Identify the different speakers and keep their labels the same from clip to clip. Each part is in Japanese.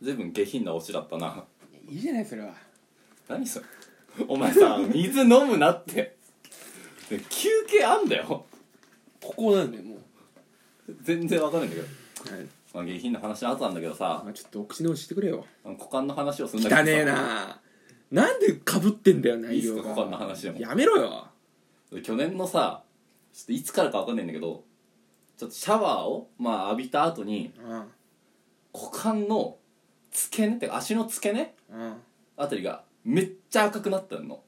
Speaker 1: 随分下品なオチだったない
Speaker 2: いじゃないそれは
Speaker 1: 何それお前さ水飲むなってで休憩あんだよ
Speaker 2: ここなんだよもう、
Speaker 1: 全然わかんないんだけど、
Speaker 2: はい
Speaker 1: まあ、下品な話の後なんだけどさ
Speaker 2: まあ、ちょっとお口直ししてくれよ
Speaker 1: 股間の話をするんだけど
Speaker 2: 汚ねえななんでかぶってんだよ内容
Speaker 1: いいっす
Speaker 2: が
Speaker 1: か股間の話でも
Speaker 2: やめろよ
Speaker 1: 去年のさちょっといつからかわかんないんだけどちょっとシャワーを、まあ、浴びた後に
Speaker 2: うん
Speaker 1: 股間の付け根ってか足の付け根
Speaker 2: うん
Speaker 1: あたりがめっちゃ赤くなったの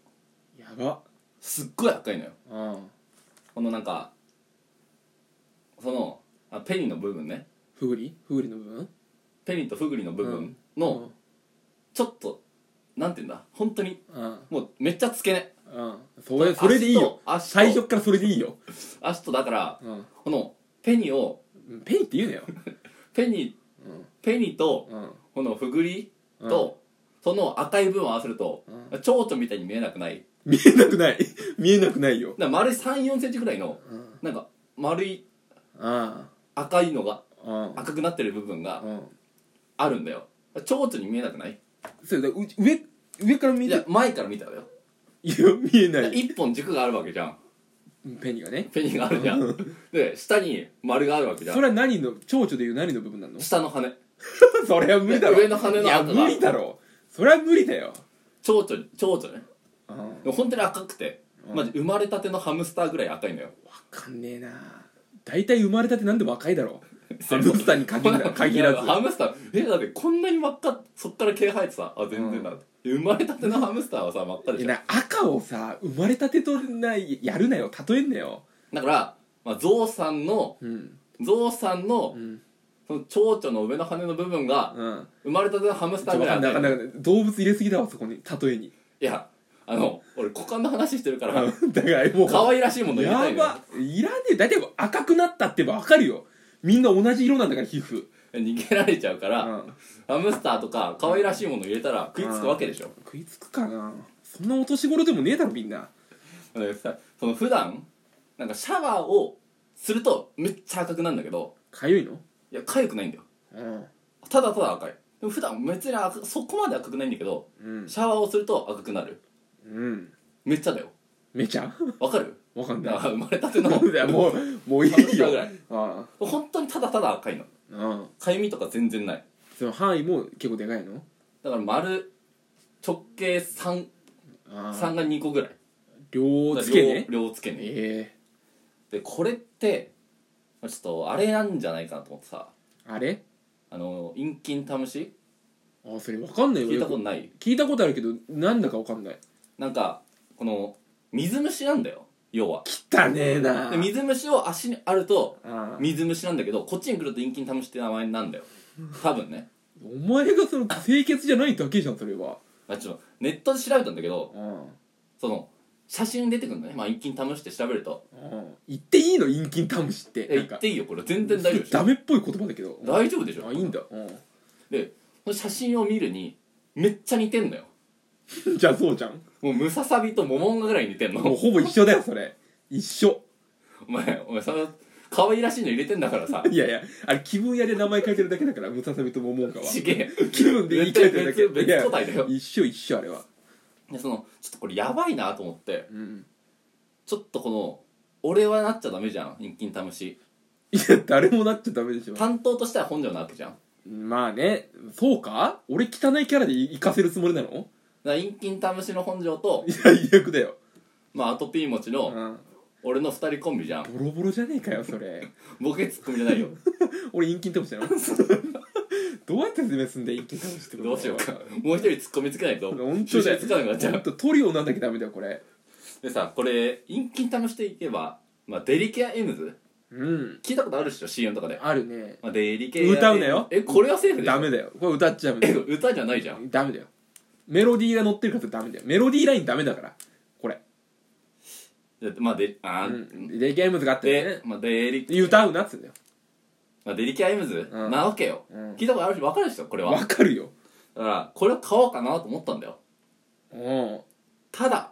Speaker 2: やば
Speaker 1: すっごい赤いのよ
Speaker 2: うん
Speaker 1: このなんかそのあペニの部分ね
Speaker 2: ふぐりふぐりの部分
Speaker 1: ペニとフグリの部分
Speaker 2: う
Speaker 1: の
Speaker 2: ん
Speaker 1: ちょっと、なんていうんだ本当に
Speaker 2: うん
Speaker 1: もうめっちゃ付け根
Speaker 2: うんそれそれでいいよ
Speaker 1: 足と
Speaker 2: 最初っからそれでいいよ、
Speaker 1: 足とだから
Speaker 2: うん、
Speaker 1: このペニを
Speaker 2: ペイって言うなよ、
Speaker 1: ペニペニと
Speaker 2: うん
Speaker 1: このフグリ
Speaker 2: うん、
Speaker 1: と、その赤い部分を合わせると、
Speaker 2: う
Speaker 1: 蝶々みたいに見えなくない
Speaker 2: 見えなくない見えなくないよ、
Speaker 1: だから丸い3 4センチぐらいの
Speaker 2: うん、
Speaker 1: なんか丸い
Speaker 2: あ
Speaker 1: 赤いのが
Speaker 2: あうん
Speaker 1: 赤くなってる部分が
Speaker 2: うん
Speaker 1: あるんだよ蝶々に見えなくない
Speaker 2: そうだう上上から見
Speaker 1: い
Speaker 2: て
Speaker 1: や前から見たらよ
Speaker 2: いや見えない
Speaker 1: 一本軸があるわけじゃん
Speaker 2: ペニがね
Speaker 1: ペニがあるじゃんで下に丸があるわけじゃ
Speaker 2: そ
Speaker 1: ん
Speaker 2: れは何の蝶々でいう何の部分なの
Speaker 1: 下の羽
Speaker 2: それは無理だろ
Speaker 1: 上の羽の
Speaker 2: いや
Speaker 1: 赤が
Speaker 2: 無理だろそれは無理だよ
Speaker 1: 蝶々蝶々ね
Speaker 2: うんわ
Speaker 1: でも本当に赤くて
Speaker 2: うん
Speaker 1: マジ生まれたてのハムスターぐらい赤いのよ
Speaker 2: かんねえな大体生まれたてなんで若いだ ろハムスターに限ら限ら ず
Speaker 1: いやハムスターえだってこんなに真っ赤そっから毛生えてさあ全然だ、生まれたてのハムスターはさ真っ赤で
Speaker 2: い
Speaker 1: し
Speaker 2: や
Speaker 1: ょ
Speaker 2: な赤をさ生まれたてとなやるなよ例えんなよ
Speaker 1: だから、まあ、ゾウさんの
Speaker 2: うん
Speaker 1: ゾウさんの
Speaker 2: うん
Speaker 1: その蝶々の上の羽の部分が
Speaker 2: うん
Speaker 1: 生まれたてのハムス
Speaker 2: ちょ
Speaker 1: タ
Speaker 2: っ
Speaker 1: ー
Speaker 2: と
Speaker 1: ぐ
Speaker 2: わ
Speaker 1: ら
Speaker 2: か
Speaker 1: い
Speaker 2: んない
Speaker 1: 赤
Speaker 2: わ
Speaker 1: い
Speaker 2: かんない動物入れすぎだわそこに例え に
Speaker 1: いやあの俺股間の話してるか
Speaker 2: だ
Speaker 1: ら
Speaker 2: からもう
Speaker 1: 可愛らしいもの入れた
Speaker 2: や
Speaker 1: いのよ
Speaker 2: ばいらねえ大体赤くなったってば分かるよみんな同じ色なんだから皮膚
Speaker 1: 逃げられちゃうから、
Speaker 2: うん
Speaker 1: ハムスターとか可愛らしいもの入れたら食いつくわけでしょ、
Speaker 2: 食いつくかなそんなお年頃でもねえだろみんな
Speaker 1: だからさその普段なんかシャワーをするとめっちゃ赤くなるんだけど
Speaker 2: かゆいの
Speaker 1: いや痒くないんだよ
Speaker 2: うん
Speaker 1: ただただ赤いでも普段別に赤そこまで赤くないんだけど
Speaker 2: うん
Speaker 1: シャワーをすると赤くなる
Speaker 2: うん
Speaker 1: めっちゃだよ
Speaker 2: めちゃ
Speaker 1: わかる
Speaker 2: わかん
Speaker 1: だ
Speaker 2: ない
Speaker 1: から生まれたての
Speaker 2: いやもうもういいよ
Speaker 1: ぐらい
Speaker 2: あ
Speaker 1: 本当にただただ赤いの
Speaker 2: あうん
Speaker 1: かゆみとか全然ない
Speaker 2: その範囲も結構でかいの
Speaker 1: だから丸直径 3,
Speaker 2: ああ
Speaker 1: 3が2個ぐらい
Speaker 2: 両付けね
Speaker 1: 両両付け根
Speaker 2: え
Speaker 1: でこれってちょっとあれなんじゃないかなと思ってさ
Speaker 2: えあれ
Speaker 1: あの陰菌試し
Speaker 2: あそれわかんないよ
Speaker 1: 聞いたことない
Speaker 2: 聞いたことあるけどなんだかわかんない
Speaker 1: なんかこの水虫なんだよ要は
Speaker 2: 汚ねえな
Speaker 1: で水虫を足にあると
Speaker 2: ああ
Speaker 1: 水虫なんだけどこっちに来ると陰菌試しって名前なんだよ多分ね、
Speaker 2: お前がその清潔じゃないだけじゃんそれは
Speaker 1: まあ、ちょっとネットで調べたんだけど
Speaker 2: うん
Speaker 1: その写真出てくるんだね、まあ、陰菌試して調べると
Speaker 2: うん言っていいの陰菌タムシって
Speaker 1: え
Speaker 2: なん
Speaker 1: 言
Speaker 2: か
Speaker 1: っていいよこれ全然大丈夫でし
Speaker 2: ダ
Speaker 1: ょ
Speaker 2: メっぽい言葉だけど
Speaker 1: 大丈夫でしょ
Speaker 2: あいいんだ、
Speaker 1: でこの写真を見るにめっちゃ似てんのよ
Speaker 2: じゃあそうじゃん
Speaker 1: もうムササビとモモンガぐらい似てんの
Speaker 2: もうほぼ一緒だよそれ一緒
Speaker 1: お前お前その可愛らしいの入れてんだからさ
Speaker 2: いやいやあれ気分屋で名前書いてるだけだからムササビとモモンガは
Speaker 1: ちげえ
Speaker 2: 気分 で言い換えてるだけ
Speaker 1: 別別別個体だよ
Speaker 2: いや一緒一緒あれは
Speaker 1: でそのちょっとこれやばいなと思って
Speaker 2: うん
Speaker 1: ちょっとこの俺はなっちゃダメじゃん陰菌試し
Speaker 2: いや誰もなっちゃダメでしょ
Speaker 1: 担当としては本庄なわけじゃんだか
Speaker 2: まあねそうか俺汚いキャラで行かせるつもりなの
Speaker 1: ら陰菌試しの本庄と
Speaker 2: い、や最悪だよ、
Speaker 1: まあ、アトピー持ち
Speaker 2: う
Speaker 1: の
Speaker 2: ん、
Speaker 1: 俺の二人コンビじゃん
Speaker 2: ボロボロじゃねえかよそれ
Speaker 1: ボケツッコミじゃないよ
Speaker 2: 俺陰菌タムシ だろどうやって説明すんだよ陰菌タムシってこと
Speaker 1: どうしようかもう一人ツッコミつけないと
Speaker 2: 本当だよ
Speaker 1: つかなくなっちゃ
Speaker 2: ほん
Speaker 1: う
Speaker 2: とトリオなんなきゃダメだよこれ
Speaker 1: でさこれ陰菌試していけば、まあ、デリケアエムズ
Speaker 2: うん
Speaker 1: 聞いたことあるっしょ CM とかで、
Speaker 2: あるね
Speaker 1: まあ、デリケアエムズ
Speaker 2: 歌うなよ
Speaker 1: えこれはセーフでしょ
Speaker 2: ダメだよこれ歌っちゃダメだ
Speaker 1: え
Speaker 2: よ
Speaker 1: 歌じゃないじゃん
Speaker 2: ダメだよメロディーが乗ってるからダメだよメロディーラインダメだからこれ、
Speaker 1: だってまあであ
Speaker 2: う
Speaker 1: ー、
Speaker 2: ん、でゲームズがあって
Speaker 1: で
Speaker 2: ね、
Speaker 1: まあ、デリ
Speaker 2: 歌うなっつうんだよ
Speaker 1: まあ、デリケアエムズ、
Speaker 2: うん
Speaker 1: なわけよ、
Speaker 2: うん
Speaker 1: 聞いたことあるし分かるでしょこれは
Speaker 2: わかるよ
Speaker 1: だからこれを買おうかなと思ったんだよ
Speaker 2: うん
Speaker 1: ただ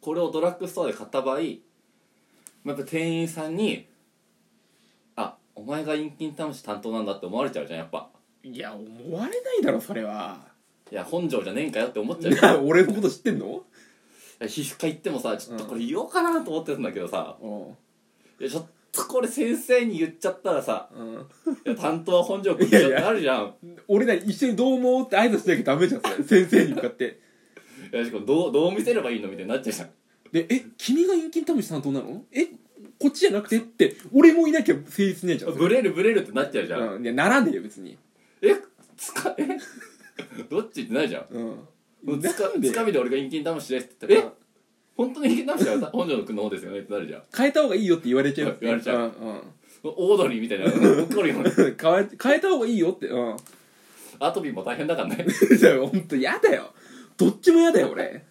Speaker 1: これをドラッグストアで買った場合まあやっぱ店員さんに「あお前が陰菌試し担当なんだ」って思われちゃうじゃんやっぱ
Speaker 2: いや思われないだろそれは
Speaker 1: いや本庄じゃねえんかよって思っちゃうよい
Speaker 2: な 俺のこと知ってんの
Speaker 1: や 皮膚科行ってもさちょっとこれ言おうかなと思ってたんだけどさ、
Speaker 2: う
Speaker 1: いやちょっとこれ先生に言っちゃったらさ
Speaker 2: ん、うん、
Speaker 1: いや担当は本庄君でしょってなるじゃん
Speaker 2: 俺ら一緒に「どうも」って挨拶しなきゃダ メじゃんそれ先生に向かって
Speaker 1: いやしかもどうどう見せればいいのみたいになっちゃうじゃん
Speaker 2: で「え君が陰金田淵担当なのえこっちじゃなくて?」って俺もいなきゃ成立ねえじゃんそれ
Speaker 1: ブレるブレるってなっちゃうじゃん、
Speaker 2: うん、いやならねえよ別に
Speaker 1: えつかえ どっちってないじゃん
Speaker 2: うん
Speaker 1: もうつか
Speaker 2: なんで
Speaker 1: つかみで俺が陰菌魂ですって言ったらえ本当に陰菌魂 は本庄君の方ですよねってなるじゃん
Speaker 2: 変えた方がいいよって言われちゃうよ
Speaker 1: 言われちゃう
Speaker 2: うん
Speaker 1: オードリーみたいな怒るよね
Speaker 2: うん、 変え変えた方がいいよってうん
Speaker 1: アトピーも大変だからね
Speaker 2: いやほん とやだよどっちもやだよ俺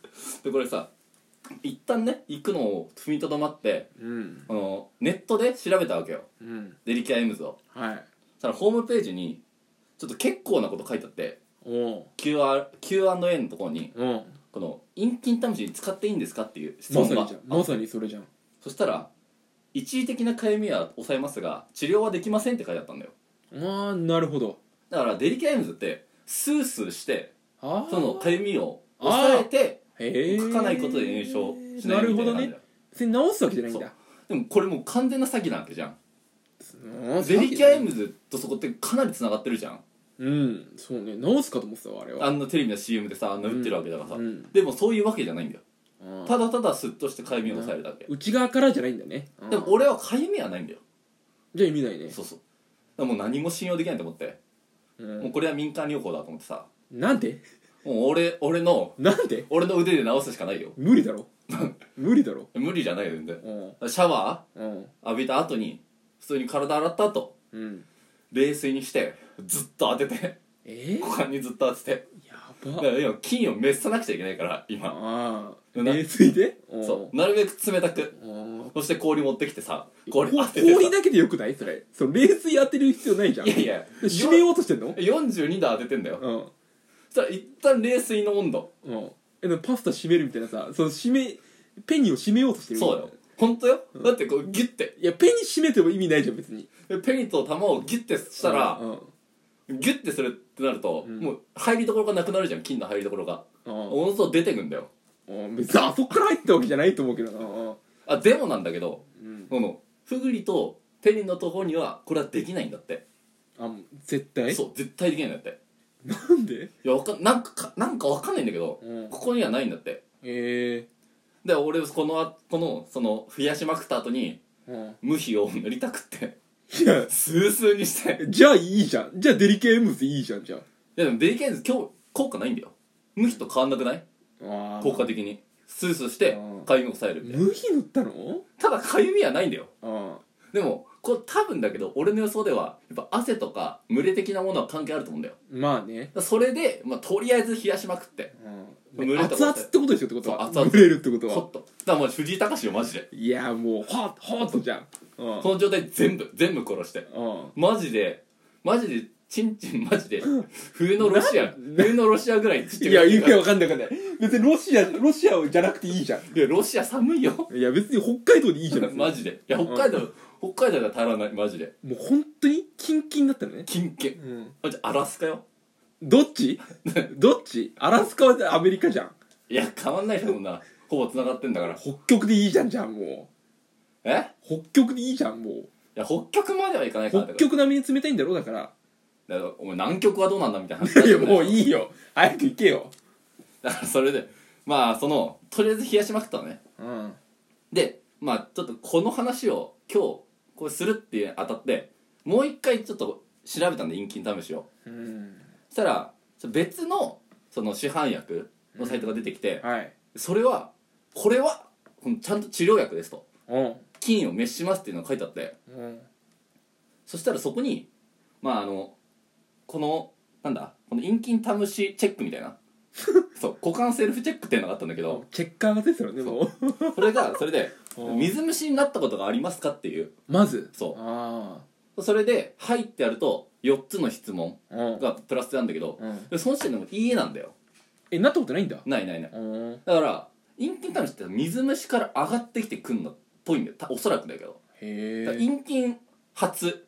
Speaker 1: でこれさ一旦ね行くのを踏みとどまって
Speaker 2: うん
Speaker 1: あのネットで調べたわけよ
Speaker 2: うん
Speaker 1: デリケア・エムズを
Speaker 2: はい
Speaker 1: そしたらホームページにちょっと結構なこと書いてあって
Speaker 2: おう
Speaker 1: QR Q&A のところに
Speaker 2: うん
Speaker 1: この「陰菌魂に使っていいんですか?」っていう質
Speaker 2: ま
Speaker 1: 問
Speaker 2: さ
Speaker 1: が
Speaker 2: にじゃんまさにそれじゃん
Speaker 1: そしたら「一時的なかゆみは抑えますが治療はできません」って書いてあったんだよ
Speaker 2: ああなるほど
Speaker 1: だからデリケアエムズってスースーして
Speaker 2: ああ
Speaker 1: そのかゆみを抑えて
Speaker 2: へえ
Speaker 1: 書かないことで炎症しない
Speaker 2: る
Speaker 1: みた
Speaker 2: ほ
Speaker 1: いな
Speaker 2: ど
Speaker 1: 感じだ
Speaker 2: ねそれ直すわけじゃないんだ
Speaker 1: でもこれもう完全な詐欺なわけじゃん
Speaker 2: うん
Speaker 1: デリケアエムズとそこってかなりつながってるじゃん
Speaker 2: うんそうね直すかと思ってたわあれ
Speaker 1: あ
Speaker 2: は
Speaker 1: んなテレビの CM でさあんな打ってるわけだからさ、
Speaker 2: うん
Speaker 1: でもそういうわけじゃないんだよ
Speaker 2: うん
Speaker 1: ただただスッとしてかゆみを抑えるだけ
Speaker 2: 内側からじゃないんだねうん
Speaker 1: でも俺はかゆみはないんだよ
Speaker 2: じゃあ意味ないね
Speaker 1: そうそうだからもう何も信用できないと思って
Speaker 2: うん
Speaker 1: もうこれは民間療法だと思ってさ
Speaker 2: なんで
Speaker 1: もう俺俺の
Speaker 2: なんで
Speaker 1: 俺の腕で治すしかないよ
Speaker 2: 無理だろ無理 だろ
Speaker 1: 無理じゃないよ全然
Speaker 2: うん
Speaker 1: シャワ
Speaker 2: うん
Speaker 1: ー浴びた後に普通に体洗った後
Speaker 2: うん
Speaker 1: 冷水にしてずっと当てて
Speaker 2: え
Speaker 1: 股間にずっと当てて
Speaker 2: ー、や
Speaker 1: だ
Speaker 2: ば
Speaker 1: から今菌を滅さなくちゃいけないから今
Speaker 2: ああ
Speaker 1: な
Speaker 2: 冷水で
Speaker 1: そうなるべく冷たく
Speaker 2: うん
Speaker 1: そして氷持ってきてさ
Speaker 2: こ
Speaker 1: 氷当ててさ
Speaker 2: 氷だけでよくないそれその冷水当てる必要ないじゃん
Speaker 1: いやいや
Speaker 2: 締めようとしてんの
Speaker 1: 42度当ててんだよ
Speaker 2: うん
Speaker 1: そしたら一旦冷水の温度
Speaker 2: うんえでもパスタ締めるみたいなさその締めペニを締めようとしてる
Speaker 1: そうよ本当よだってこうギュッて
Speaker 2: いやペニ締めても意味ないじゃん別に
Speaker 1: でペニと玉をギュッてしたらギュッてするってなると
Speaker 2: うん
Speaker 1: もう入りどころがなくなるじゃん菌の入りどころが
Speaker 2: うん
Speaker 1: おのずと出てくんだよ
Speaker 2: うん別にあそこから入ったわけじゃないと思うけどな
Speaker 1: あでもなんだけど
Speaker 2: うん
Speaker 1: このフグリとペニのところにはこれはできないんだって
Speaker 2: あもう絶対
Speaker 1: そう絶対できないんだって
Speaker 2: なんで
Speaker 1: いやわかんなんかかなんかわかんないんだけど、
Speaker 2: うん
Speaker 1: ここにはないんだって
Speaker 2: え
Speaker 1: で俺このあこのその増やしまくった後に
Speaker 2: えうん
Speaker 1: 無比を塗りたくって
Speaker 2: いや
Speaker 1: スースーにして
Speaker 2: じゃあいいじゃんじゃあデリケエムズいいじゃんじゃあ
Speaker 1: いやでもデリケーズ今日効果ないんだよ無比と変わんなくない
Speaker 2: あ
Speaker 1: 効果的にスースーして
Speaker 2: うん
Speaker 1: かゆみを抑えるみたいな
Speaker 2: 無比塗ったの
Speaker 1: ただかゆみはないんだよ
Speaker 2: あ
Speaker 1: でもこれ多分だけど俺の予想ではやっぱ汗とか蒸れ的なものは関係あると思うんだよ
Speaker 2: まあね、
Speaker 1: それで、まあ、とりあえず冷やしまくって蒸
Speaker 2: うん、
Speaker 1: れたこと
Speaker 2: 熱々ってことでしょってことは
Speaker 1: そう熱々
Speaker 2: 蒸れるってこと
Speaker 1: ホ
Speaker 2: は
Speaker 1: ットだからもう藤井隆よマジで
Speaker 2: いやもうホットホットじゃんうん
Speaker 1: その状態で全部全部殺して
Speaker 2: うん
Speaker 1: マジでマジでチンチンマジで冬のロシア冬のロシアぐらいちっちゃ
Speaker 2: いや意味
Speaker 1: い
Speaker 2: わかんないわかんない別にロシアロシアじゃなくていいじゃん
Speaker 1: やロシア寒いよ
Speaker 2: いや別に北海道でいい じゃん別に
Speaker 1: マジでいや北海道、北海道では足らないマジで
Speaker 2: もう本当にキンキンだったのね
Speaker 1: 金券
Speaker 2: うん
Speaker 1: マジアラスカよ
Speaker 2: どっ ちどっちアラスカはアメリカじゃん
Speaker 1: いや変わんないと思うなほぼ繋がってんだから
Speaker 2: 北極でいいじゃんじゃあも
Speaker 1: え
Speaker 2: う北極でいいじゃんもう
Speaker 1: いや北極まではいかないから
Speaker 2: 北極並みに冷たいんだろだから
Speaker 1: だからお前南極はどうなんだみたいな話
Speaker 2: いやもう
Speaker 1: い
Speaker 2: いいよ早く行けよ
Speaker 1: だからそれでまあそのとりあえず冷やしまくったのね
Speaker 2: うん
Speaker 1: でまあちょっとこの話を今日これするっていうにあたってもう一回ちょっと調べたんで陰菌試しを
Speaker 2: うん
Speaker 1: そしたらちょ別のその市販薬のサイトが出てきて、
Speaker 2: はい
Speaker 1: それはこれはこのちゃんと治療薬ですと
Speaker 2: うん
Speaker 1: 菌を滅しますっていうのが書いてあって
Speaker 2: うん
Speaker 1: そしたらそこにまああのこのなんだこの陰菌タムシチェックみたいなそう股間セルフチェックっていうのがあったんだけど
Speaker 2: チェッカーが出てたよねもう
Speaker 1: それがそれで
Speaker 2: うん
Speaker 1: 水虫になったことがありますかっていう
Speaker 2: まず
Speaker 1: そ
Speaker 2: あ
Speaker 1: うそれで「はい」ってやると4つの質問
Speaker 2: あうん
Speaker 1: がプラスなんだけど
Speaker 2: うん
Speaker 1: でその時点でも「いいえ」なんだよ
Speaker 2: えなったことないんだ
Speaker 1: ないないない
Speaker 2: うん
Speaker 1: だから陰菌タムシって水虫から上がってきてくんのっぽいんだよたおそらくだけど
Speaker 2: へ
Speaker 1: だから
Speaker 2: え
Speaker 1: 陰菌初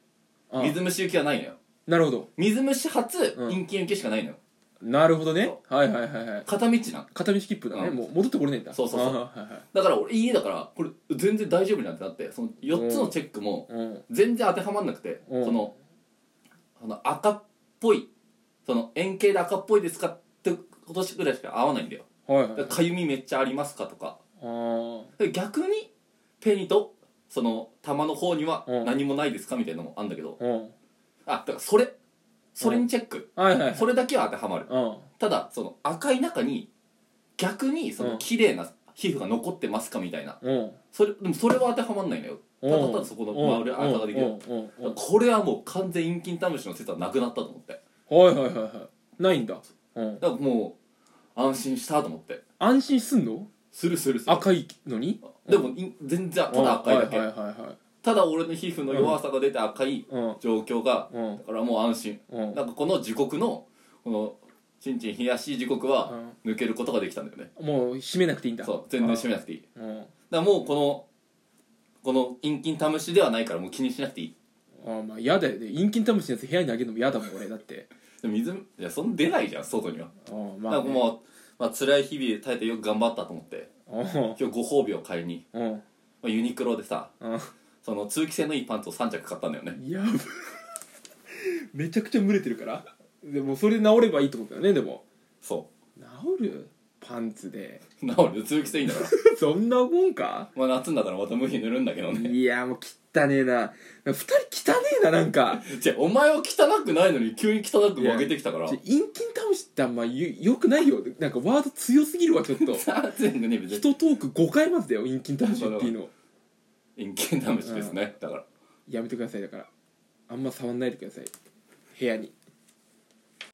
Speaker 1: 水虫行きはないのよ
Speaker 2: なるほど
Speaker 1: 水虫初
Speaker 2: うん
Speaker 1: 陰菌受けしかないのよ、
Speaker 2: なるほどね
Speaker 1: そ
Speaker 2: はいはいはいはい
Speaker 1: 片道なん
Speaker 2: 片道切符だね、
Speaker 1: うん
Speaker 2: もう戻ってこれないんだ
Speaker 1: そうそうそう
Speaker 2: あーはいはい
Speaker 1: だから俺家だからこれ全然大丈夫じゃんってなってその4つのチェックも
Speaker 2: うん
Speaker 1: 全然当てはまんなくて、
Speaker 2: うん
Speaker 1: そのその赤っぽいその円形で赤っぽいですかって今年ぐらいしか合わないんだよ
Speaker 2: はいはい
Speaker 1: だからかゆみめっちゃありますかとか
Speaker 2: あー
Speaker 1: で逆にペニとその玉の方には
Speaker 2: うん
Speaker 1: 何もないですかみたいなのもあんだけど
Speaker 2: うん
Speaker 1: あだからそれそれにチェック
Speaker 2: はいはいはい
Speaker 1: それだけは当てはまる
Speaker 2: うん
Speaker 1: ただその赤い中に逆にそうの
Speaker 2: ん
Speaker 1: 綺麗な皮膚が残ってますかみたいな
Speaker 2: うん
Speaker 1: それでもそれは当てはまんないのよただただそこの
Speaker 2: うん
Speaker 1: 丸赤ができる
Speaker 2: うんうんうんうん
Speaker 1: これはもう完全陰菌タムシの説はなくなったと思って
Speaker 2: はいはいはいはいないんだ、うん、
Speaker 1: だからもう安心したと思って
Speaker 2: 安心すんの
Speaker 1: するするする
Speaker 2: 赤いのに
Speaker 1: でもい全然ただ赤いだ
Speaker 2: うんは
Speaker 1: け
Speaker 2: いはいはいはい
Speaker 1: ただ俺の皮膚の弱さが出て赤い
Speaker 2: うん
Speaker 1: 状況が
Speaker 2: うん
Speaker 1: だからもう安心
Speaker 2: うん
Speaker 1: なんかこの時刻のこのちんちん冷やしい時刻は抜けることができたんだよね
Speaker 2: もう閉めなくていいんだ
Speaker 1: そう全然閉めなくていい
Speaker 2: めうん
Speaker 1: だからもうこのこの陰菌試しではないからもう気にしなくていい
Speaker 2: あーまあ嫌だよね陰菌タムシのやつ部屋にあげるのも嫌だもん俺だって
Speaker 1: でも水いやそんな出ないじゃん外には、
Speaker 2: あー
Speaker 1: だ
Speaker 2: ま
Speaker 1: か
Speaker 2: あ
Speaker 1: ら
Speaker 2: ね
Speaker 1: もう、まあ辛い日々耐えてよく頑張ったと思って
Speaker 2: うん
Speaker 1: 今日ご褒美を買いに、
Speaker 2: うん
Speaker 1: まあユニクロでさ
Speaker 2: うん
Speaker 1: その通気性のいいパンツを3着買ったんだよね
Speaker 2: やば めちゃくちゃ蒸れてるからでもそれ治ればいいってことだよねでも
Speaker 1: そ
Speaker 2: 治るパンツで
Speaker 1: うなおで通気性いいんだから
Speaker 2: そんなもんか
Speaker 1: まあ夏になったらまた無理塗るんだけどね
Speaker 2: いやもう汚ねえな二人汚ねえななんか
Speaker 1: じゃお前は汚くないのに急に汚く分けてきたから
Speaker 2: ちょ 陰菌倒しってあんまよよくないよなんかワード強すぎるわちょ っと
Speaker 1: 全部ね別
Speaker 2: 一
Speaker 1: に
Speaker 2: トーク5回までだよ陰菌倒しっていうの
Speaker 1: 陰菌試しですねだから
Speaker 2: やめてくださいだからあんま触んないでください部屋に